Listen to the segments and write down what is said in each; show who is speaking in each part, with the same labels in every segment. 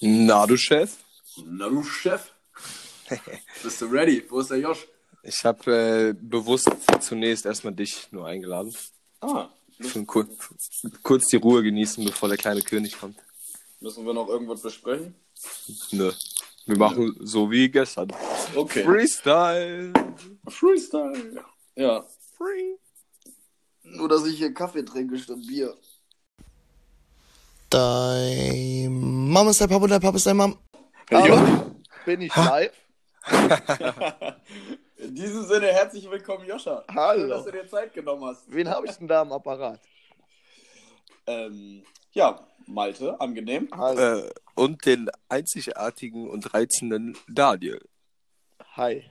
Speaker 1: Na, du Chef?
Speaker 2: Na du Chef? Bist du ready? Wo ist der Josh?
Speaker 1: Ich habe äh, bewusst zunächst erstmal dich nur eingeladen.
Speaker 2: Ah,
Speaker 1: Schon kurz, kurz die Ruhe genießen, bevor der kleine König kommt.
Speaker 2: müssen wir noch irgendwas besprechen?
Speaker 1: Nö. Wir machen so wie gestern.
Speaker 2: Okay.
Speaker 1: Freestyle.
Speaker 2: Freestyle. Ja.
Speaker 1: Free.
Speaker 2: Nur, dass ich hier Kaffee trinke statt Bier.
Speaker 3: Dein Mom ist dein Papa und dein Papa ist dein Mom.
Speaker 2: Hallo?
Speaker 4: Bin ich live?
Speaker 2: In diesem Sinne, herzlich willkommen, Joscha. Schön, dass
Speaker 4: Hallo.
Speaker 2: du dir Zeit genommen hast.
Speaker 4: Wen habe ich denn da am Apparat?
Speaker 2: Ähm, ja, Malte, angenehm.
Speaker 4: Hallo.
Speaker 1: Äh, und den einzigartigen und reizenden Daniel.
Speaker 4: Hi.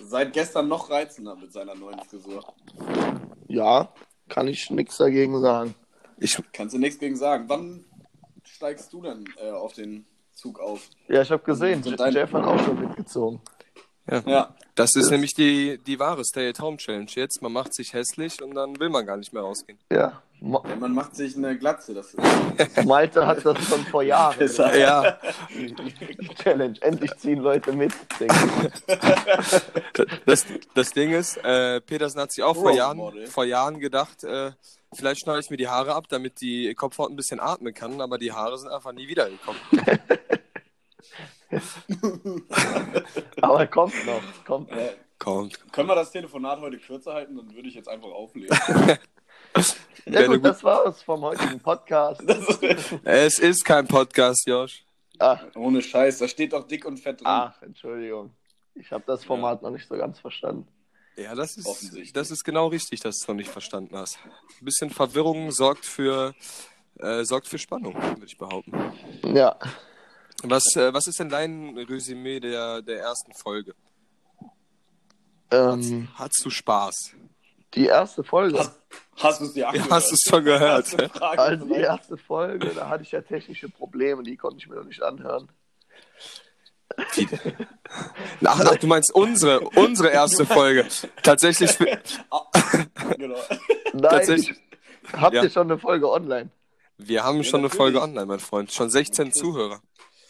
Speaker 2: Seit gestern noch reizender mit seiner neuen Frisur.
Speaker 4: Ja, kann ich nichts dagegen sagen.
Speaker 1: Ich,
Speaker 2: Kannst du nichts gegen sagen. Wann steigst du denn äh, auf den Zug auf?
Speaker 4: Ja, ich habe gesehen,
Speaker 2: Sind dein-
Speaker 4: Jeff hat auch schon mitgezogen.
Speaker 1: ja.
Speaker 2: Ja,
Speaker 1: Das ist nämlich die, die wahre Stay-at-Home-Challenge jetzt. Man macht sich hässlich und dann will man gar nicht mehr rausgehen.
Speaker 4: Ja. Ma-
Speaker 2: ja, man macht sich eine Glatze. Das
Speaker 4: Malte hat das schon vor Jahren.
Speaker 2: ist ja.
Speaker 1: Ja,
Speaker 4: Challenge. Endlich ziehen Leute mit.
Speaker 1: das, das Ding ist, äh, Petersen hat sich auch vor
Speaker 2: Role
Speaker 1: Jahren,
Speaker 2: Model.
Speaker 1: vor Jahren gedacht, äh, vielleicht schneide ich mir die Haare ab, damit die Kopfhaut ein bisschen atmen kann, aber die Haare sind einfach nie wiedergekommen.
Speaker 4: Aber kommt noch. Kommt. noch.
Speaker 2: Äh,
Speaker 1: Kommt.
Speaker 2: Können wir das Telefonat heute kürzer halten? Dann würde ich jetzt einfach auflegen.
Speaker 4: Ja,
Speaker 1: Wäre
Speaker 4: gut,
Speaker 1: gut.
Speaker 4: das war's vom heutigen Podcast.
Speaker 2: Das ist-
Speaker 1: Es ist kein Podcast, Josh.
Speaker 4: Ach,
Speaker 2: Ohne Scheiß, da steht doch dick und fett drin.
Speaker 4: ach Entschuldigung. Ich habe das Format noch nicht so ganz verstanden.
Speaker 1: Ja, das
Speaker 2: Offensichtlich.
Speaker 1: ist, das ist genau richtig, dass du es noch nicht verstanden hast. Ein bisschen Verwirrung sorgt für, äh, sorgt für Spannung, würde ich behaupten.
Speaker 4: Ja.
Speaker 1: Was, äh, was ist denn dein Resümee der, der ersten Folge?
Speaker 4: Ähm,
Speaker 1: Hattest du Spaß?
Speaker 4: die erste Folge.
Speaker 2: Hast du es dir
Speaker 1: Ja,
Speaker 2: angehört?
Speaker 1: hast du es schon gehört? ne?
Speaker 2: Erste Frage
Speaker 4: Also die
Speaker 2: vielleicht.
Speaker 4: erste Folge, da hatte ich ja technische Probleme, die konnte ich mir noch nicht anhören.
Speaker 1: Ach, ach, du meinst unsere, unsere erste Folge. Tatsächlich,
Speaker 2: Ah, genau.
Speaker 4: Nein,
Speaker 1: Tatsächlich.
Speaker 4: ich, habt
Speaker 1: Ja.
Speaker 4: ihr schon eine Folge online?
Speaker 1: wir haben schon eine
Speaker 2: natürlich.
Speaker 1: Folge online, mein Freund. Schon 16 Zuhörer.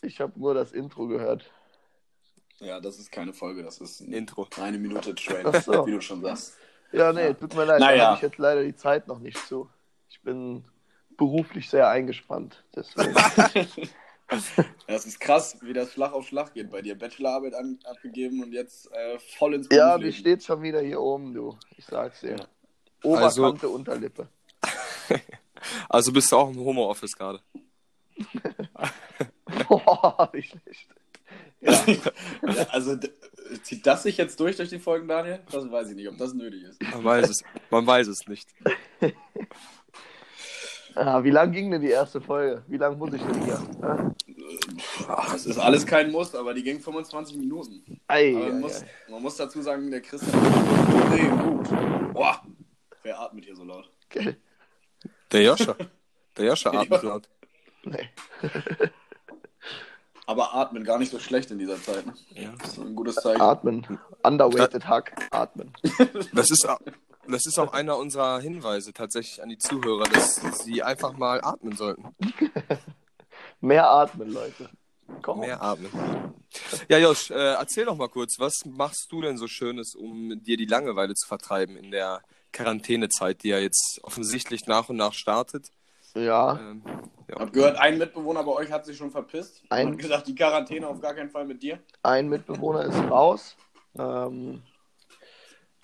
Speaker 4: Ich habe nur das Intro gehört.
Speaker 2: Ja, das ist keine Folge, das ist ein
Speaker 1: Intro.
Speaker 2: eine Minute Train,
Speaker 4: Ach so.
Speaker 2: wie du schon sagst.
Speaker 4: Ja, nee,
Speaker 2: Ja.
Speaker 4: tut mir leid,
Speaker 2: Naja.
Speaker 4: da habe ich jetzt leider die Zeit noch nicht zu. Ich bin beruflich sehr eingespannt. Deswegen.
Speaker 2: Das ist krass, wie das Schlag auf Schlag geht bei dir. Bachelorarbeit an, abgegeben und jetzt äh, voll ins
Speaker 4: ja,
Speaker 2: Berufsleben.
Speaker 4: wie steht schon wieder hier oben, du? Ich sag's dir.
Speaker 1: Also-
Speaker 4: Oberkante, Unterlippe.
Speaker 1: Also bist du auch im Homeoffice gerade.
Speaker 4: Boah, wie schlecht.
Speaker 2: ja, also d- zieht das sich jetzt durch durch die Folgen, Daniel? Das weiß ich nicht, ob das nötig ist.
Speaker 1: Man weiß es. Man weiß es nicht.
Speaker 4: Ah, wie lang ging denn die erste Folge? Wie lang muss ich denn hier? Ah,
Speaker 2: Ach, das ist alles kein Muss, aber die ging 25 Minuten.
Speaker 4: Ei,
Speaker 2: Aber
Speaker 4: ei,
Speaker 2: man, Äh, muss,
Speaker 4: ei.
Speaker 2: man muss dazu sagen, der Christian ist extrem gut. Boah, wer atmet hier so laut?
Speaker 4: Okay.
Speaker 1: Der Joscha. Der Joscha atmet laut.
Speaker 4: Nee.
Speaker 2: Aber atmen gar nicht so schlecht in dieser Zeit. Ne?
Speaker 1: Ja.
Speaker 2: Das ist ein gutes Zeichen.
Speaker 4: Atmen. Underweighted Hack. Atmen.
Speaker 1: Das ist, au- das ist auch einer unserer Hinweise tatsächlich an die Zuhörer, dass sie einfach mal atmen sollten.
Speaker 4: Mehr atmen, Leute. Komm.
Speaker 1: Mehr atmen. Ja, Josh, äh, erzähl doch mal kurz, was machst du denn so Schönes, um dir die Langeweile zu vertreiben in der Quarantänezeit, die ja jetzt offensichtlich nach und nach startet?
Speaker 4: Ja,
Speaker 1: Ähm,
Speaker 2: Hab gehört, ein Mitbewohner bei euch hat sich schon verpisst.
Speaker 4: Ein-
Speaker 2: Hat gesagt, die Quarantäne auf gar keinen Fall mit dir.
Speaker 4: ein Mitbewohner ist raus. Ähm,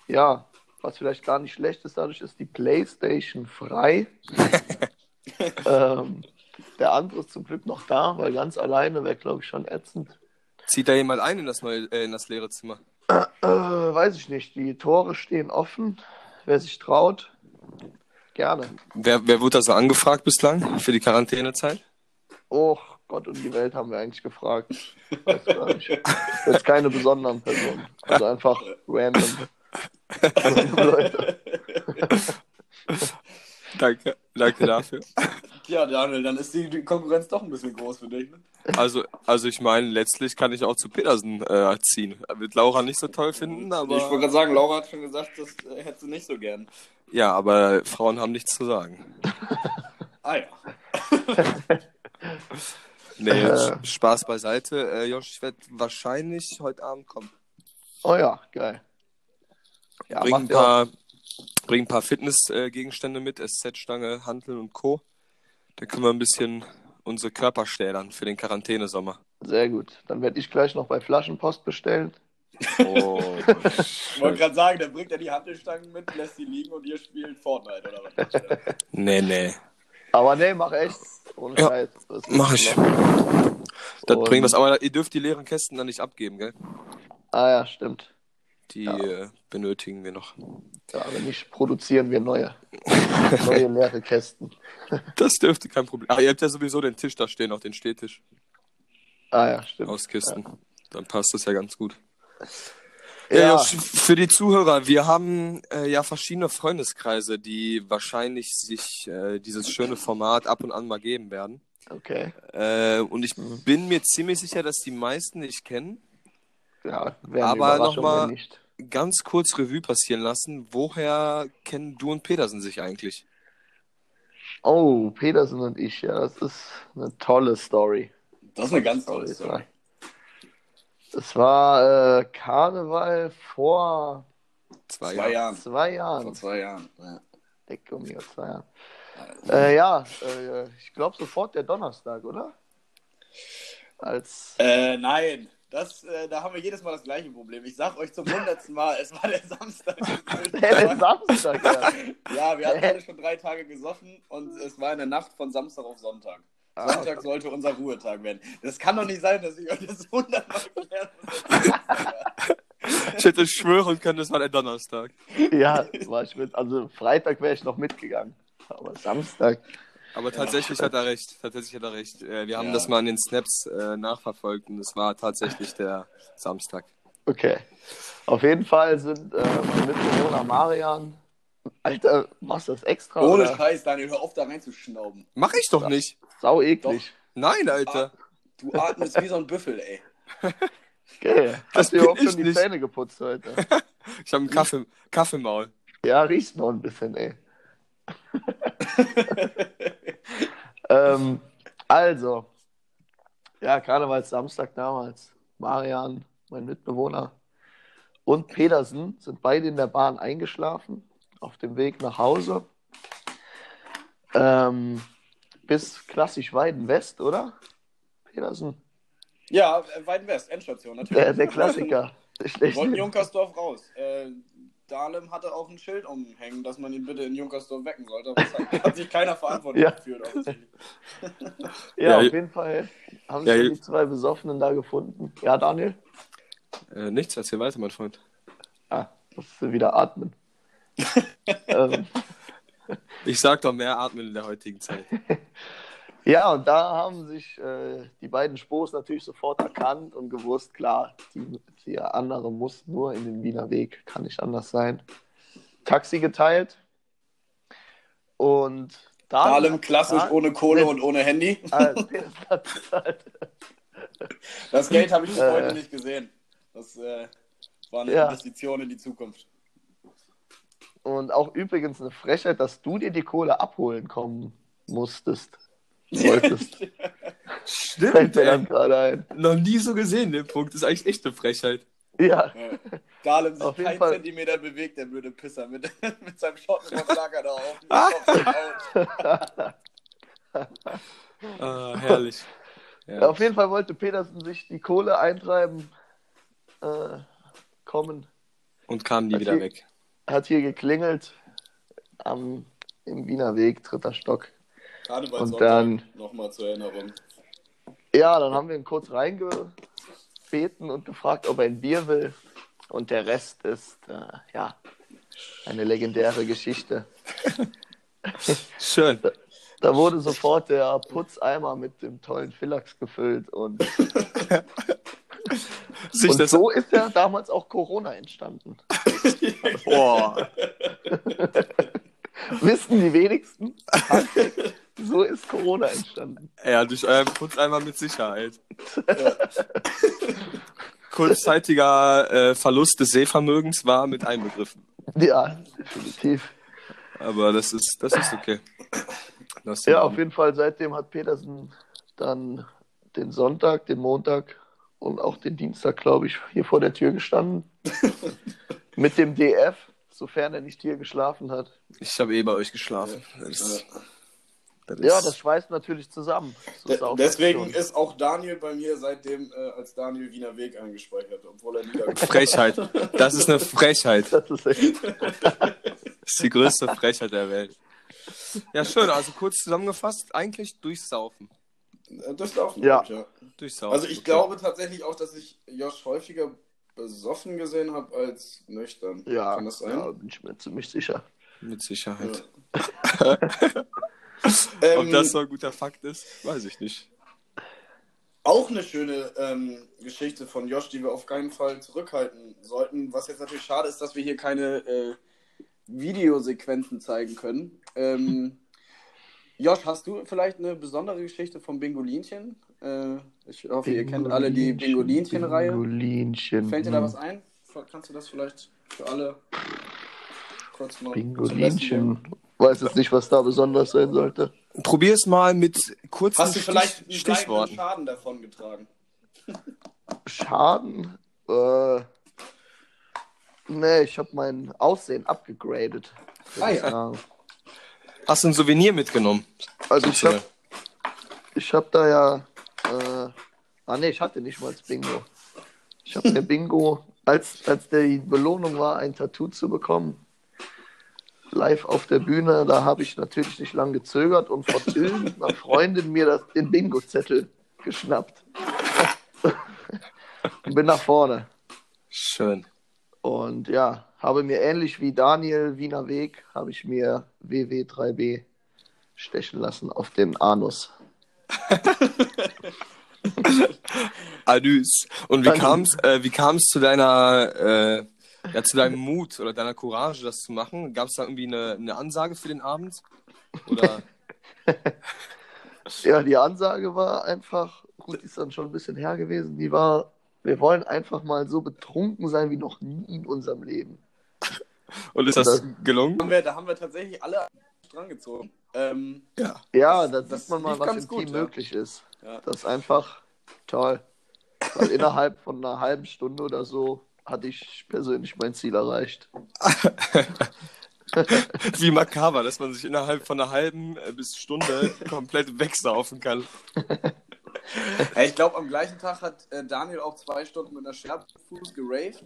Speaker 4: ja, was vielleicht gar nicht schlecht ist, dadurch ist die Playstation frei. ähm, der andere ist zum Glück noch da, weil ganz alleine wäre, glaube ich, schon ätzend.
Speaker 1: zieht da jemand ein in das, neue, äh, in das leere Zimmer?
Speaker 4: Äh, weiß ich nicht, die Tore stehen offen. Wer sich traut, gerne.
Speaker 1: Wer, wer wurde da so angefragt bislang für die Quarantänezeit?
Speaker 4: Oh Gott und die Welt haben wir eigentlich gefragt. Weiß gar nicht. Jetzt keine besonderen Personen. Also einfach random. random Leute.
Speaker 1: Danke, danke dafür.
Speaker 2: Ja, Daniel, dann ist die die Konkurrenz doch ein bisschen groß für dich. Ne?
Speaker 1: Also, also ich meine, letztlich kann ich auch zu Petersen äh, ziehen. Wird Laura nicht so toll finden,
Speaker 2: ich wollte
Speaker 1: aber.
Speaker 2: gerade sagen, Laura hat schon gesagt, das äh, hättest du nicht so gern.
Speaker 1: Ja, aber Frauen haben nichts zu sagen.
Speaker 2: Ah ja.
Speaker 1: Nee,
Speaker 4: Äh.
Speaker 1: Sch- Spaß beiseite. Äh, Josh, ich werde wahrscheinlich heute Abend kommen.
Speaker 4: Oh ja, geil. Ja,
Speaker 1: bring, ein
Speaker 4: macht ja.
Speaker 1: paar, bring ein paar Fitnessgegenstände mit, SZ-Stange, Hantel und Co. Da können wir ein bisschen unsere Körper stählern für den Quarantänesommer.
Speaker 4: Sehr gut. Dann werde ich gleich noch bei Flaschenpost bestellen.
Speaker 1: Oh.
Speaker 2: Ich wollte gerade sagen, dann bringt er die Handelstangen mit, lässt sie liegen und ihr spielt Fortnite oder was?
Speaker 1: nee, nee.
Speaker 4: Aber nee, mach echt. Ohne
Speaker 1: Ja,
Speaker 4: Scheiß. Das ist
Speaker 1: mach ich.
Speaker 4: noch-
Speaker 1: Das
Speaker 4: Und-
Speaker 1: bringt was. Aber ihr dürft die leeren Kästen dann nicht abgeben, gell?
Speaker 4: Ah ja, stimmt.
Speaker 1: Die
Speaker 4: Ja.
Speaker 1: äh, benötigen wir noch.
Speaker 4: Ja, wenn nicht, produzieren wir neue. neue leere Kästen.
Speaker 1: Das dürfte kein Problem. Ah, ihr habt ja sowieso den Tisch da stehen, auch den Stehtisch
Speaker 4: Ah ja, stimmt.
Speaker 1: aus Kisten. Dann passt das ja ganz gut. Ja,
Speaker 4: Ja,
Speaker 1: Josh, für die Zuhörer, wir haben äh, ja verschiedene Freundeskreise, die wahrscheinlich sich äh, dieses schöne Format ab und an mal geben werden.
Speaker 4: okay.
Speaker 1: Äh, und ich bin mir ziemlich sicher, dass die meisten nicht kennen.
Speaker 4: Ja, wäre eine
Speaker 1: Aber
Speaker 4: Überraschung,
Speaker 1: noch mal-
Speaker 4: wenn nicht.
Speaker 1: Ganz kurz Revue passieren lassen. Woher kennen du und Petersen sich eigentlich?
Speaker 4: Oh, Petersen und ich, ja, das ist eine tolle Story.
Speaker 2: Das ist eine ganz tolle
Speaker 4: Sorry,
Speaker 2: Story.
Speaker 4: Das war äh, Karneval vor
Speaker 1: Zwei,
Speaker 2: Zwei Jahren.
Speaker 4: zwei
Speaker 2: Vor
Speaker 4: Jahren.
Speaker 2: zwei Jahren. Ja.
Speaker 4: Dick um die Ohren, zwei Jahren. Äh, ja, äh, ich glaube sofort der Donnerstag, oder? Als
Speaker 2: Äh, nein. Das, äh, da haben wir jedes Mal das gleiche Problem. Ich sag euch zum hundertsten Mal, es war der Samstag.
Speaker 4: der Samstag, ja.
Speaker 2: ja, wir hatten alle schon drei Tage gesoffen und es war in der Nacht von Samstag auf Sonntag.
Speaker 4: Ah,
Speaker 2: Sonntag sollte unser Ruhetag werden. Das kann doch nicht sein, dass ich euch das hundertmal erklären muss.
Speaker 1: Ich hätte schwören können, das war der Donnerstag.
Speaker 4: Ja, war ich mit, also Freitag wäre ich noch mitgegangen. Aber Samstag.
Speaker 1: Aber tatsächlich hat er recht. Tatsächlich hat er recht. Äh, wir haben
Speaker 2: Ja.
Speaker 1: das mal in den Snaps äh, nachverfolgt und es war tatsächlich der Samstag.
Speaker 4: Okay. Auf jeden Fall sind äh, mit Corona Marian. Alter, machst du das extra?
Speaker 2: Ohne
Speaker 4: oder?
Speaker 2: Scheiß, Daniel, hör auf da reinzuschnauben.
Speaker 1: Mach ich doch nicht. Ah.
Speaker 4: Sau eklig.
Speaker 1: Nein, Alter.
Speaker 2: Du atmest wie so ein Büffel, ey.
Speaker 4: Okay.
Speaker 1: Das
Speaker 4: Hast du
Speaker 1: bin
Speaker 4: überhaupt
Speaker 1: ich
Speaker 4: schon die
Speaker 1: nicht.
Speaker 4: Zähne geputzt heute?
Speaker 1: Ich habe einen Kaffee, Kaffeemaul.
Speaker 4: Ja, riecht noch ein bisschen, ey. ähm, also, ja, Karnevalssamstag damals. Marian, mein Mitbewohner, und Pedersen sind beide in der Bahn eingeschlafen, auf dem Weg nach Hause. Ähm, bis klassisch Weiden West, oder? Pedersen, Äh,
Speaker 2: Ja, äh, Weiden West, Endstation, natürlich.
Speaker 4: der, der Klassiker.
Speaker 2: Wir wollten Junkersdorf raus. Äh, Dahlem hatte auch ein Schild umhängen, dass man ihn bitte in Junkersdorf wecken sollte. Aber es hat, hat sich keiner verantwortlich
Speaker 4: Ja.
Speaker 2: gefühlt. offensichtlich.
Speaker 4: Ja,
Speaker 1: Ja,
Speaker 4: auf jeden Fall haben sich
Speaker 1: ja,
Speaker 4: die zwei Besoffenen da gefunden. Ja, Daniel?
Speaker 1: Äh, nichts, erzähl weiter, mein Freund.
Speaker 4: Ah, musst du wieder atmen. ähm,
Speaker 1: Ich sag doch mehr atmen in der heutigen Zeit.
Speaker 4: ja, und da haben sich äh, die beiden Spo's natürlich sofort erkannt und gewusst, klar, die, die andere muss nur in den Wiener Weg, kann nicht anders sein. Taxi geteilt. Und
Speaker 2: Dahlem klassisch
Speaker 4: hat-
Speaker 2: ohne Kohle und ohne Handy.
Speaker 4: Ah, Petersen hat bezahlt.
Speaker 2: Das Geld habe ich bis
Speaker 4: Äh.
Speaker 2: heute nicht gesehen. Das äh, war eine
Speaker 4: Ja.
Speaker 2: Investition in die Zukunft.
Speaker 4: Und auch übrigens eine Frechheit, dass du dir die Kohle abholen kommen musstest. Wolltest. Fällt
Speaker 1: Stimmt,
Speaker 4: mir dann gerade ein.
Speaker 1: Noch nie so gesehen, den Punkt. Das ist eigentlich echt eine Frechheit.
Speaker 4: Ja,
Speaker 2: Ja. Dahlem sich
Speaker 4: Auf jeden
Speaker 2: keinen
Speaker 4: Fall.
Speaker 2: Zentimeter bewegt, der blöde Pisser mit, mit seinem Schottenrock lag er da auf. auf der Couch.
Speaker 1: Ah, herrlich. Ja.
Speaker 4: auf jeden Fall wollte Petersen sich die Kohle eintreiben. Äh, kommen.
Speaker 1: Und kamen die
Speaker 4: Okay.
Speaker 1: wieder weg.
Speaker 4: Hat hier geklingelt. Am, Im Wiener Weg, dritter Stock.
Speaker 2: Karneval
Speaker 4: Und
Speaker 2: Sonntag,
Speaker 4: dann-
Speaker 2: Nochmal zur Erinnerung.
Speaker 4: Ja, dann haben wir ihn kurz reingebeten und gefragt, ob er ein Bier will. Und der Rest ist, äh, ja, eine legendäre Geschichte.
Speaker 1: Schön.
Speaker 4: Da wurde sofort der Putzeimer mit dem tollen Filax gefüllt und,
Speaker 1: Sich
Speaker 4: und
Speaker 1: das.
Speaker 4: so ist ja damals auch Corona entstanden.
Speaker 1: Boah.
Speaker 4: Wissen die wenigsten. so ist Corona entstanden.
Speaker 1: Ja, durch euren Putz einmal mit Sicherheit. Kurzzeitiger äh, Verlust des Sehvermögens war mit einbegriffen.
Speaker 4: Ja, definitiv.
Speaker 1: Aber das ist, das ist okay. Das
Speaker 4: Ja, auf jeden Fall seitdem hat Petersen dann den Sonntag, den Montag und auch den Dienstag, glaube ich, hier vor der Tür gestanden. mit dem DF, sofern er nicht hier geschlafen hat.
Speaker 1: Ich habe eh bei euch geschlafen. Das ist, das
Speaker 4: Ja,
Speaker 1: ist-
Speaker 4: das schweißt natürlich zusammen. So
Speaker 2: De
Speaker 4: Sau-
Speaker 2: deswegen
Speaker 4: schon.
Speaker 2: ist auch Daniel bei mir seitdem äh, als Daniel Wiener Weg eingespeichert, obwohl er wieder.
Speaker 1: Frechheit. Das ist eine Frechheit.
Speaker 4: Das ist echt.
Speaker 1: Das ist die größte Frechheit der Welt. Ja, schön. Also kurz zusammengefasst, eigentlich durchsaufen.
Speaker 2: Äh, Das darf man
Speaker 4: Ja.
Speaker 2: gut, ja.
Speaker 1: Durchsaufen.
Speaker 2: Also ich
Speaker 1: Okay.
Speaker 2: glaube tatsächlich auch, dass ich Josh häufiger besoffen gesehen habe als nüchtern.
Speaker 4: Ja,
Speaker 2: Kann das sein?
Speaker 4: ja, bin ich mir ziemlich sicher.
Speaker 1: Mit Sicherheit.
Speaker 2: Ähm,
Speaker 1: Ob das so ein guter Fakt ist, weiß ich nicht.
Speaker 2: Auch eine schöne ähm, Geschichte von Josh, die wir auf keinen Fall zurückhalten sollten. Was jetzt natürlich schade ist, dass wir hier keine äh, Videosequenzen zeigen können. Ähm, Josh, hast du vielleicht eine besondere Geschichte vom Bingolinchen? Äh, ich hoffe, ihr kennt alle die Bingolinchen-Reihe.
Speaker 4: Bingolinchen.
Speaker 2: Fällt dir da was ein? Kannst du das vielleicht für alle kurz mal zum Besten geben?
Speaker 4: Bingolinchen. Weiß jetzt nicht, was da besonders sein sollte.
Speaker 1: Probier es mal mit kurzen
Speaker 2: Hast du vielleicht einen
Speaker 1: Stich
Speaker 2: kleinen
Speaker 1: Stichworten.
Speaker 2: Schaden davon getragen?
Speaker 4: Schaden? Äh, nee, ich habe mein Aussehen abgegradet. würd
Speaker 2: Ah,
Speaker 4: ich
Speaker 2: ja.
Speaker 4: sagen.
Speaker 1: Hast du ein Souvenir mitgenommen?
Speaker 4: Also ich habe ich hab da ja... Äh, ah nee, ich hatte nicht mal das Bingo. Ich habe mir Bingo, als, als der die Belohnung war, ein Tattoo zu bekommen, live auf der Bühne, da habe ich natürlich nicht lange gezögert und von irgendeiner Freundin mir das, den Bingo-Zettel geschnappt. und bin nach vorne.
Speaker 1: Schön.
Speaker 4: Und ja, habe mir ähnlich wie Daniel Wiener Weg, habe ich mir WW3B stechen lassen auf den Anus.
Speaker 1: Adüs. Und wie
Speaker 4: Danke.
Speaker 1: kam's? äh, wie kam's zu deiner, äh, ja, zu deinem Mut oder deiner Courage, das zu machen? Gab es da irgendwie eine, eine Ansage für den Abend? Oder
Speaker 4: Ja, die Ansage war einfach, gut, die ist dann schon ein bisschen her gewesen, die war, wir wollen einfach mal so betrunken sein wie noch nie in unserem Leben.
Speaker 1: und ist das gelungen?
Speaker 2: Haben wir, da haben wir tatsächlich alle dran gezogen. Ähm,
Speaker 4: Ja, da
Speaker 2: Das
Speaker 4: sieht man mal,
Speaker 2: lief
Speaker 4: was
Speaker 2: ganz
Speaker 4: im
Speaker 2: gut,
Speaker 4: Team
Speaker 2: ja.
Speaker 4: möglich ist.
Speaker 2: Ja.
Speaker 4: Das ist einfach toll. Weil innerhalb von einer halben Stunde oder so hatte ich persönlich mein Ziel erreicht.
Speaker 1: Wie makaber, dass man sich innerhalb von einer halben äh, bis Stunde komplett wegsaufen kann.
Speaker 2: Ey, ich glaube, am gleichen Tag hat äh, Daniel auch zwei Stunden mit einer Scherbfuß geraved.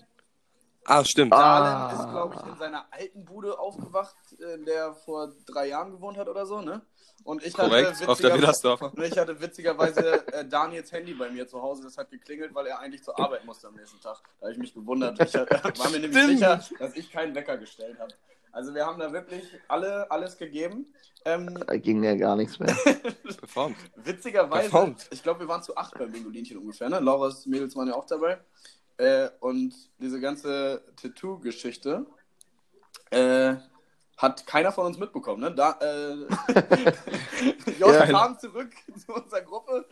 Speaker 1: Ah, stimmt.
Speaker 4: Ah.
Speaker 2: Dahlen ist, glaube ich, in seiner alten Bude aufgewacht, äh, in der er vor drei Jahren gewohnt hat oder so, ne? Und ich
Speaker 1: Korrekt,
Speaker 2: hatte
Speaker 1: auf der
Speaker 2: witzigerweise-
Speaker 1: Willersdorfer.
Speaker 2: Und ich hatte witzigerweise äh, Daniels Handy bei mir zu Hause, das hat geklingelt, weil er eigentlich zur Arbeit musste am nächsten Tag. Da habe ich mich gewundert. Ich äh, war mir nämlich
Speaker 1: Stimmt.
Speaker 2: sicher, dass ich keinen Wecker gestellt habe. Also wir haben da wirklich alle alles gegeben. Ähm,
Speaker 4: Da ging ja gar nichts mehr.
Speaker 1: Performt.
Speaker 2: Witzigerweise,
Speaker 1: Performt.
Speaker 2: ich glaube, wir waren zu acht beim Bingolinchen ungefähr, ne? Laura's Mädels waren ja auch dabei. Äh, und diese ganze Tattoo-Geschichte äh, hat keiner von uns mitbekommen, ne? Da, äh, Josh
Speaker 4: Ja.
Speaker 2: kam zurück zu unserer Gruppe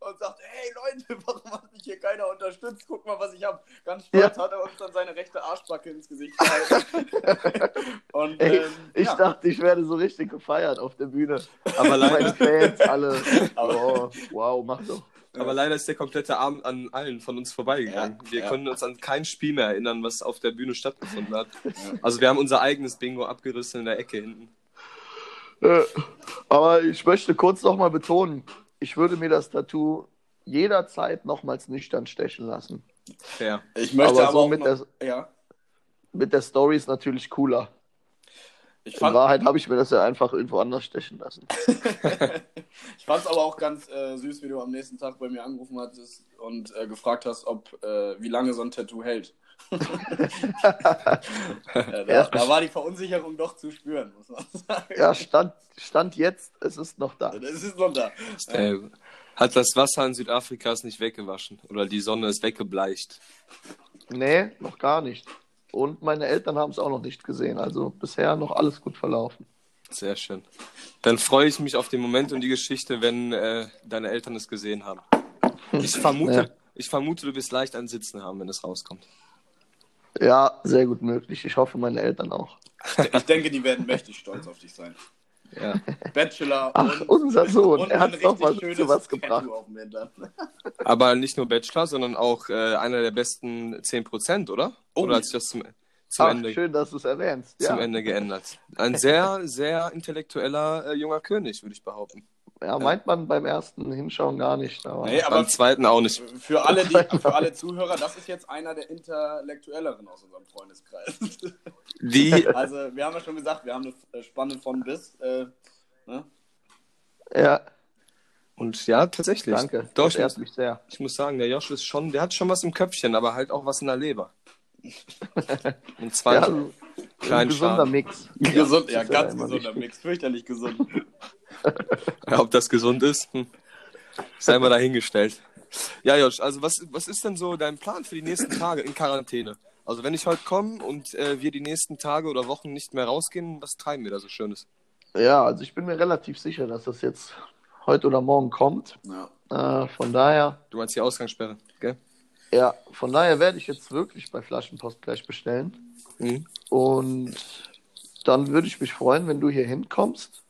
Speaker 2: und sagt, hey Leute, warum hat mich hier keiner unterstützt? Guck mal, was ich habe. Ganz stolz hat er uns dann seine rechte Arschbacke ins Gesicht gehalten. und
Speaker 4: Ey,
Speaker 2: ähm,
Speaker 4: Ich
Speaker 2: ja.
Speaker 4: dachte, ich werde so richtig gefeiert auf der Bühne.
Speaker 1: Aber
Speaker 4: Meine
Speaker 1: leider,
Speaker 4: Fans alle. Wow, wow, mach doch.
Speaker 1: aber leider ist der komplette Abend an allen von uns vorbeigegangen.
Speaker 2: Ja,
Speaker 1: wir
Speaker 2: ja.
Speaker 1: konnten uns an kein Spiel mehr erinnern, was auf der Bühne stattgefunden hat. Also wir haben unser eigenes Bingo abgerissen in der Ecke hinten.
Speaker 4: Äh, Aber ich möchte kurz nochmal betonen, ich würde mir das Tattoo jederzeit nochmals nüchtern stechen lassen.
Speaker 1: Fair.
Speaker 2: ich möchte
Speaker 4: aber
Speaker 2: aber,
Speaker 4: so
Speaker 2: auch
Speaker 4: mit
Speaker 2: noch, ja.
Speaker 4: Mit der Story ist natürlich cooler.
Speaker 2: Ich
Speaker 4: In Wahrheit habe ich mir das ja einfach irgendwo anders stechen lassen.
Speaker 2: Ich fand es aber auch ganz äh, süß, wie du am nächsten Tag bei mir angerufen hattest und äh, gefragt hast, ob äh, wie lange so ein Tattoo hält. ja, da,
Speaker 4: Ja.
Speaker 2: da war die Verunsicherung doch zu spüren, muss man sagen.
Speaker 4: Ja, stand, stand jetzt, es ist noch da.
Speaker 2: Das ist noch da.
Speaker 1: Äh, hat das Wasser in Südafrika es nicht weggewaschen oder die Sonne ist weggebleicht.
Speaker 4: Nee, noch gar nicht. Und meine Eltern haben es auch noch nicht gesehen. Also bisher noch alles gut verlaufen.
Speaker 1: Sehr schön. Dann freue ich mich auf den Moment und die Geschichte, wenn äh, deine Eltern es gesehen haben. Ich vermute,
Speaker 4: Hm. Ja.
Speaker 1: ich vermute, du wirst leicht ein Sitzen haben, wenn es rauskommt.
Speaker 4: Ja, sehr gut möglich. Ich hoffe, meine Eltern auch.
Speaker 2: Ich denke, die werden mächtig stolz auf dich sein.
Speaker 1: Ja.
Speaker 2: Bachelor.
Speaker 4: Ach, unser Sohn, er
Speaker 2: ein
Speaker 4: hat's doch
Speaker 2: richtig
Speaker 4: mal zu
Speaker 2: schönes
Speaker 4: was
Speaker 2: Tattoo
Speaker 4: gebracht.
Speaker 2: auf dem Hintern.
Speaker 1: Aber nicht nur Bachelor, sondern auch äh, einer der besten 10%, oder?
Speaker 2: Oh.
Speaker 1: Oder hat sich das zum, zum,
Speaker 4: Ach,
Speaker 1: Ende,
Speaker 4: schön, dass du es erwähnst.
Speaker 1: zum
Speaker 4: Ja.
Speaker 1: Ende geändert? Ein sehr, sehr intellektueller äh, junger König, würde ich behaupten.
Speaker 4: ja, meint man beim ersten Hinschauen gar nicht. Aber
Speaker 2: Nee, aber
Speaker 1: Beim zweiten auch nicht.
Speaker 2: für alle, die, für alle Zuhörer, das ist jetzt einer der intellektuelleren aus unserem Freundeskreis.
Speaker 1: Die,
Speaker 2: Also, wir haben ja schon gesagt, wir haben eine Spanne von bis. Äh, ne?
Speaker 4: ja,
Speaker 1: und ja, tatsächlich.
Speaker 4: danke.
Speaker 1: Doch,
Speaker 4: Das
Speaker 1: ich, muss,
Speaker 4: ehrt mich sehr.
Speaker 1: ich muss sagen, der Josh ist schon, der hat schon was im Köpfchen, aber halt auch was in der Leber. Und zwar
Speaker 4: Ja,
Speaker 1: einen
Speaker 4: ein
Speaker 1: kleinen
Speaker 4: gesunder
Speaker 1: Schaden.
Speaker 4: Mix.
Speaker 2: Gesund, ja,
Speaker 4: das ist
Speaker 2: ganz
Speaker 4: immer
Speaker 2: gesunder
Speaker 4: wichtig.
Speaker 2: Mix, fürchterlich gesund.
Speaker 1: Ja, ob das gesund ist, hm. sei mal dahingestellt. Ja, Josh, also was, was ist denn so dein Plan für die nächsten Tage in Quarantäne? Also wenn ich heute komme und äh, wir die nächsten Tage oder Wochen nicht mehr rausgehen, was treiben wir da so Schönes?
Speaker 4: Ja, also ich bin mir relativ sicher, dass das jetzt heute oder morgen kommt.
Speaker 2: Ja.
Speaker 4: Äh, von daher,
Speaker 1: Du meinst die Ausgangssperre, gell?
Speaker 4: ja, von daher werde ich jetzt wirklich bei Flaschenpost gleich bestellen.
Speaker 1: Mhm.
Speaker 4: Und dann würde ich mich freuen, wenn du hier hinkommst.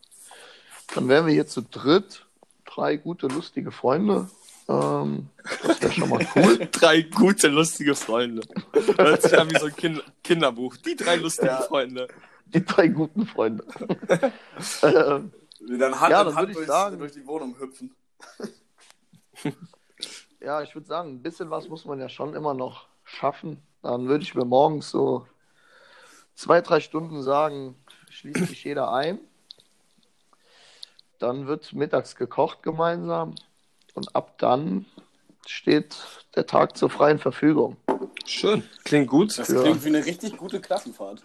Speaker 4: Dann wären wir hier zu dritt. Drei gute, lustige Freunde. Ähm, das wäre schon mal cool.
Speaker 1: Drei gute, lustige Freunde. Hört sich an wie so ein Kin- Kinderbuch. Die drei lustigen
Speaker 2: Ja.
Speaker 1: Freunde.
Speaker 4: Die drei guten Freunde. ähm,
Speaker 2: Dann Hand
Speaker 4: Ja,
Speaker 2: in
Speaker 4: dann
Speaker 2: Hand
Speaker 4: würde ich
Speaker 2: durch,
Speaker 4: sagen-
Speaker 2: durch die Wohnung hüpfen.
Speaker 4: ja, ich würde sagen, ein bisschen was muss man ja schon immer noch schaffen. Dann würde ich mir morgens so zwei, drei Stunden sagen, schließt sich jeder ein. Dann wird mittags gekocht gemeinsam und ab dann steht der Tag zur freien Verfügung
Speaker 1: Schön. Klingt gut.
Speaker 2: Das
Speaker 4: Ja.
Speaker 2: klingt wie eine richtig gute Klassenfahrt.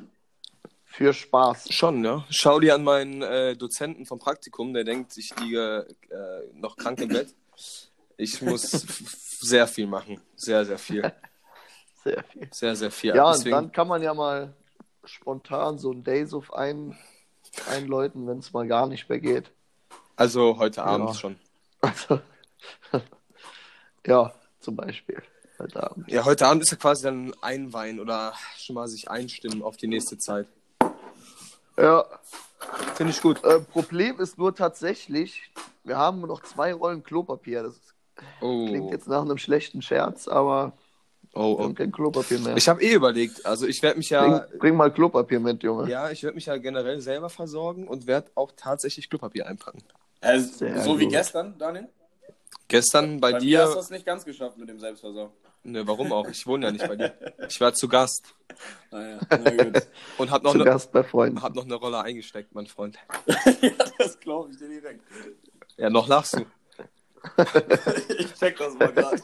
Speaker 4: für Spaß.
Speaker 1: Schon, ja. Schau dir an meinen äh, Dozenten vom Praktikum, der denkt, ich liege äh, noch krank im Bett. Ich muss f- f- sehr viel machen. Sehr, sehr viel.
Speaker 4: Sehr viel.
Speaker 1: Sehr, sehr viel.
Speaker 4: Ja, und
Speaker 1: Deswegen,
Speaker 4: dann kann man ja mal spontan so ein Daysof ein, einläuten, wenn es mal gar nicht mehr geht.
Speaker 1: also heute Abend schon.
Speaker 4: Also, ja, zum Beispiel.
Speaker 1: Halt
Speaker 4: Heute Abend.
Speaker 1: Ja, heute Abend ist ja quasi dann einweihen oder schon mal sich einstimmen auf die nächste Zeit.
Speaker 4: Ja,
Speaker 1: Finde ich gut.
Speaker 4: äh, Problem ist nur tatsächlich, wir haben nur noch zwei Rollen Klopapier. Das klingt
Speaker 1: Oh,
Speaker 4: jetzt nach einem schlechten Scherz, aber
Speaker 1: oh,
Speaker 4: wir haben
Speaker 1: oh.
Speaker 4: kein Klopapier mehr.
Speaker 1: Ich habe eh überlegt, also ich werde mich ja,
Speaker 4: bring, bring mal Klopapier mit, Junge.
Speaker 1: ja, ich werde mich ja generell selber versorgen und werde auch tatsächlich Klopapier einpacken.
Speaker 2: Also,
Speaker 4: Sehr
Speaker 2: so wie
Speaker 4: gut.
Speaker 2: gestern, Daniel.
Speaker 1: Gestern bei,
Speaker 2: Bei mir hast du
Speaker 1: dir,
Speaker 2: es nicht ganz geschafft mit dem Selbstversorgung.
Speaker 1: ne, warum auch? Ich wohne ja nicht bei dir. Ich war zu Gast
Speaker 2: Naja, na gut.
Speaker 1: und habe noch,
Speaker 4: Zu
Speaker 1: ne,
Speaker 4: Gast bei Freunden.
Speaker 1: hab noch eine Rolle eingesteckt, mein Freund.
Speaker 2: ja, das glaube ich dir direkt.
Speaker 1: Ja, noch lachst du.
Speaker 2: Ich check das mal gerade.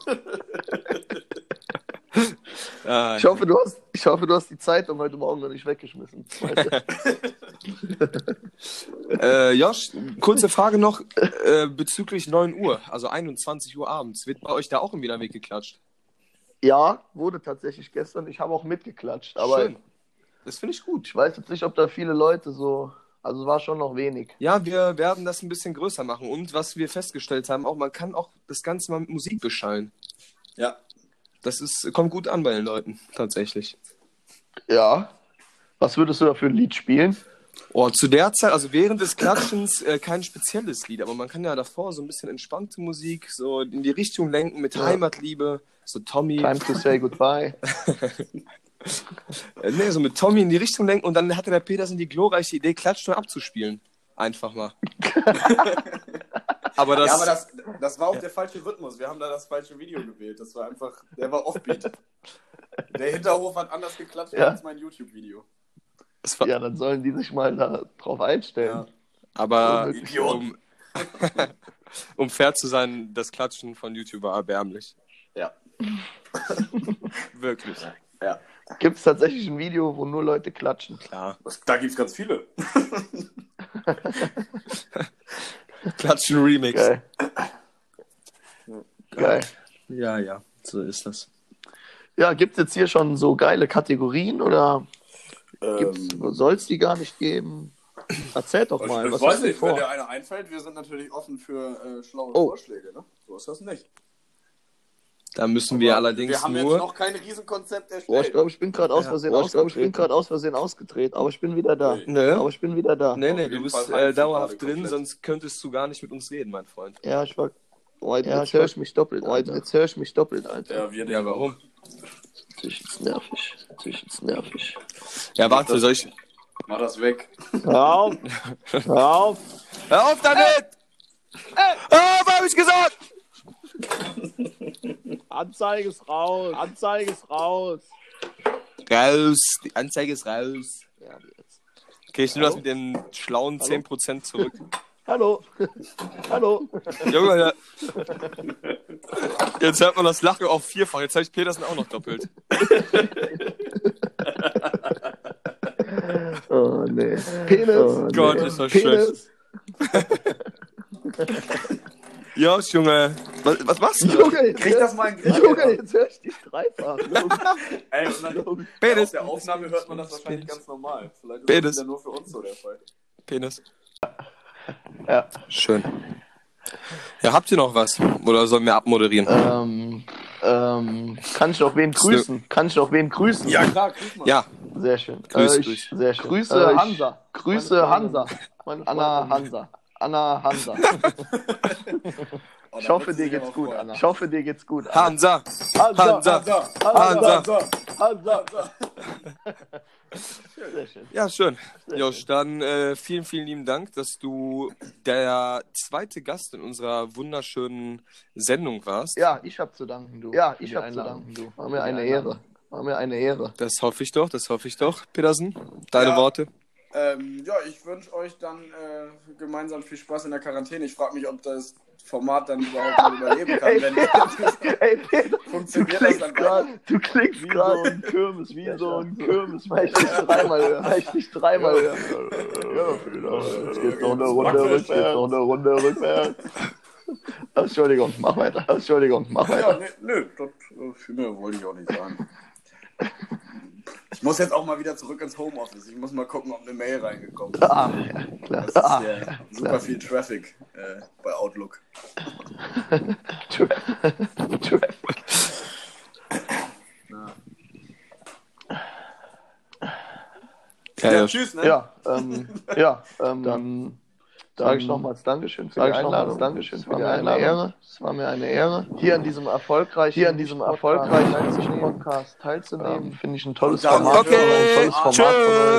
Speaker 1: Ah,
Speaker 4: Ich hoffe, du hast, ich hoffe, du hast die Zeitung heute Morgen noch nicht weggeschmissen. Weißt du?
Speaker 1: Äh, Josh, kurze Frage noch äh, bezüglich 9 Uhr, also 21 Uhr abends. Wird bei euch da auch im Weg geklatscht?
Speaker 4: ja, wurde tatsächlich gestern. Ich habe auch mitgeklatscht, aber
Speaker 1: Schön. Das finde ich gut.
Speaker 4: ich weiß jetzt nicht, ob da viele Leute so. Also es war schon noch wenig.
Speaker 1: Ja, wir werden das ein bisschen größer machen. Und was wir festgestellt haben, auch man kann auch das Ganze mal mit Musik beschallen.
Speaker 2: Ja,
Speaker 1: Das ist, kommt gut an bei den Leuten, tatsächlich.
Speaker 4: Ja. Was würdest du da für ein Lied spielen?
Speaker 1: Oh, zu der Zeit, also während des Klatschens äh, kein spezielles Lied, aber man kann ja davor so ein bisschen entspannte Musik so in die Richtung lenken mit
Speaker 4: Ja.
Speaker 1: Heimatliebe, so Tommy.
Speaker 4: Time to say goodbye.
Speaker 1: Äh, nee, so mit Tommy in die Richtung lenken und dann hatte der Petersen die glorreiche Idee, Klatsch neu abzuspielen. Einfach mal. aber das,
Speaker 2: ja aber das, das war auch der falsche Rhythmus. Wir haben da das falsche Video gewählt. Das war einfach, der war offbeat. Der Hinterhof hat anders geklatscht
Speaker 4: Ja.
Speaker 2: als mein YouTube-Video.
Speaker 1: das war,
Speaker 4: Ja, dann sollen die sich mal da drauf einstellen.
Speaker 1: aber
Speaker 2: Idiot.
Speaker 1: um, um fair zu sein, das Klatschen von YouTube war erbärmlich.
Speaker 2: Ja.
Speaker 1: Wirklich.
Speaker 2: Ja.
Speaker 4: Gibt es tatsächlich ein Video, wo nur Leute klatschen?
Speaker 1: Klar.
Speaker 2: Das, da gibt's ganz viele.
Speaker 1: Klatschen Remix.
Speaker 4: Geil. Geil.
Speaker 1: Ja, ja, so ist das.
Speaker 4: Ja, gibt es jetzt hier schon so geile Kategorien oder
Speaker 2: Ähm,
Speaker 4: soll es die gar nicht geben? Erzähl doch mal,
Speaker 2: ich
Speaker 4: was
Speaker 2: weiß
Speaker 4: hast du
Speaker 2: nicht, wenn dir
Speaker 4: vor?
Speaker 2: einer einfällt, wir sind natürlich offen für äh, schlaue
Speaker 4: Oh.
Speaker 2: Vorschläge. Ne? So ist das nicht.
Speaker 1: Da müssen wir allerdings
Speaker 2: Wir haben
Speaker 1: nur.
Speaker 2: jetzt noch kein Riesenkonzept
Speaker 4: Boah, Oh, ich
Speaker 2: erstellt.
Speaker 4: glaube, ich bin gerade aus
Speaker 1: Ja,
Speaker 4: Versehen
Speaker 1: boah, ich
Speaker 4: ausgetreten.
Speaker 1: glaub,
Speaker 4: Ich bin gerade aus Versehen ausgedreht, aber ich bin wieder da.
Speaker 2: Nee.
Speaker 1: Nö.
Speaker 4: Aber ich bin wieder da.
Speaker 1: Nee, nee,
Speaker 2: Auf
Speaker 1: du
Speaker 2: jeden
Speaker 1: bist
Speaker 2: Fall
Speaker 1: äh,
Speaker 2: halbfinale
Speaker 1: dauerhaft drin,
Speaker 2: komplett.
Speaker 1: sonst könntest du gar nicht mit uns reden, mein Freund.
Speaker 4: Ja, ich war. Boah,
Speaker 5: Ja,
Speaker 4: jetzt
Speaker 5: ich
Speaker 4: höre
Speaker 5: war-
Speaker 4: ich mich doppelt. Boah,
Speaker 5: Alter.
Speaker 4: jetzt höre ich mich doppelt, Alter.
Speaker 2: ja, wir
Speaker 1: Ja, warum?
Speaker 5: Das ist jetzt nervig. Das ist jetzt nervig.
Speaker 1: Ja, warte, soll ich.
Speaker 2: Mach das weg.
Speaker 4: Hör auf! Hör auf!
Speaker 1: Hör auf damit! Ah, was hab ich gesagt?
Speaker 4: Anzeige ist raus! Anzeige ist raus!
Speaker 1: Raus, die Anzeige ist raus.
Speaker 4: Ja, jetzt.
Speaker 1: Okay, ich nehme das mit den schlauen 10% zurück.
Speaker 4: Hallo! Hallo!
Speaker 1: Junge, ja. Jetzt hört man das Lachen auf vierfach. Jetzt habe ich Petersen auch noch doppelt.
Speaker 5: Oh, nee.
Speaker 4: Penis!
Speaker 5: Oh, nee.
Speaker 1: Gott, ist das schön.
Speaker 4: Penis!
Speaker 1: Josh, Junge. Was, was machst du?
Speaker 4: Junge, jetzt
Speaker 2: Krieg
Speaker 4: hör-
Speaker 2: das mal in den Griff.
Speaker 4: Junge, jetzt höre ich dich dreifach.
Speaker 2: Ey, und dann,
Speaker 1: Penis.
Speaker 2: auf der Aufnahme hört man das wahrscheinlich
Speaker 1: Penis.
Speaker 2: ganz normal. Vielleicht ist
Speaker 1: Penis.
Speaker 2: das wieder nur für uns so der Fall.
Speaker 1: Penis.
Speaker 4: Ja.
Speaker 1: Schön. Ja, habt ihr noch was? Oder sollen wir abmoderieren?
Speaker 4: Ähm, ähm, kann ich noch wen grüßen? Kann ich noch wen grüßen?
Speaker 2: klar, krieg mal.
Speaker 1: Ja,
Speaker 4: Sehr schön. Äh,
Speaker 1: Grüß
Speaker 4: ich-
Speaker 1: dich.
Speaker 4: Sehr schön. Äh,
Speaker 5: Grüße
Speaker 4: ich-
Speaker 5: Hansa.
Speaker 4: Grüße
Speaker 5: Meine
Speaker 4: Hansa.
Speaker 5: Freundin.
Speaker 4: Anna Hansa. Anna Hansa.
Speaker 2: Oh,
Speaker 4: Ich
Speaker 2: da
Speaker 4: hoffe,
Speaker 2: wird
Speaker 4: dir
Speaker 2: sich
Speaker 4: geht's
Speaker 2: aber
Speaker 4: gut,
Speaker 2: freuen.
Speaker 4: Anna. Ich hoffe, dir geht's gut, Anna.
Speaker 1: Hansa. Hansa.
Speaker 2: Hansa.
Speaker 1: Hansa.
Speaker 4: Hansa.
Speaker 2: Hansa.
Speaker 4: Sehr schön.
Speaker 1: Ja, schön. Josh, dann äh, vielen, vielen lieben Dank, dass du der zweite Gast in unserer wunderschönen Sendung warst.
Speaker 4: Ja, ich hab zu danken, du. Ja, ich hab zu danken, du. War mir eine Ehre. War mir eine Ehre.
Speaker 1: Das hoffe ich doch, das hoffe ich doch. Petersen, deine
Speaker 2: Ja.
Speaker 1: Worte.
Speaker 2: Ähm, ja, ich wünsche euch dann äh, gemeinsam viel Spaß in der Quarantäne. Ich frage mich, ob das Format dann überhaupt noch überleben kann. Wenn
Speaker 4: Ey, Peter, du
Speaker 2: funktioniert das
Speaker 4: klingst
Speaker 2: dann gar nicht.
Speaker 4: gerade, du klingst
Speaker 5: Wie so
Speaker 4: gerade
Speaker 5: ein Kirmes, wie so ein Kirmes.
Speaker 4: weil ich dich dreimal höre, weil ich dich dreimal höre.
Speaker 5: Jetzt geht's noch eine Runde rückwärts. Jetzt geht's noch eine Runde rückwärts.
Speaker 4: Entschuldigung, mach weiter. Entschuldigung, mach
Speaker 2: Ja,
Speaker 4: weiter.
Speaker 2: nee, nö, das äh, viel mehr wollte ich auch nicht sagen. Ich muss jetzt auch mal wieder zurück ins Homeoffice. Ich muss mal gucken, ob eine Mail reingekommen ist.
Speaker 4: Ah, ja, klar.
Speaker 2: Das ist
Speaker 4: Ah,
Speaker 2: ja super
Speaker 4: klar.
Speaker 2: viel Traffic äh, bei Outlook.
Speaker 4: Traffic.
Speaker 1: Ja, Josh.
Speaker 2: tschüss, ne?
Speaker 4: Ja, ähm, ja, ähm, dann sage ich
Speaker 5: dann
Speaker 4: nochmals Dankeschön für
Speaker 5: sag
Speaker 4: die
Speaker 5: ich nochmals
Speaker 4: Einladung.
Speaker 5: Dankeschön
Speaker 4: es
Speaker 5: für
Speaker 4: war
Speaker 5: die
Speaker 4: mir eine
Speaker 5: Einladung.
Speaker 4: Ehre. Es war mir eine Ehre,
Speaker 5: Hier an diesem erfolgreichen,
Speaker 4: hier an diesem erfolgreichen Podcast teilzunehmen.
Speaker 5: Podcast teilzunehmen. Finde ich ein tolles
Speaker 2: Danke.
Speaker 5: Format.
Speaker 1: Okay,
Speaker 5: Ein tolles Format von
Speaker 1: tschö.
Speaker 5: euch.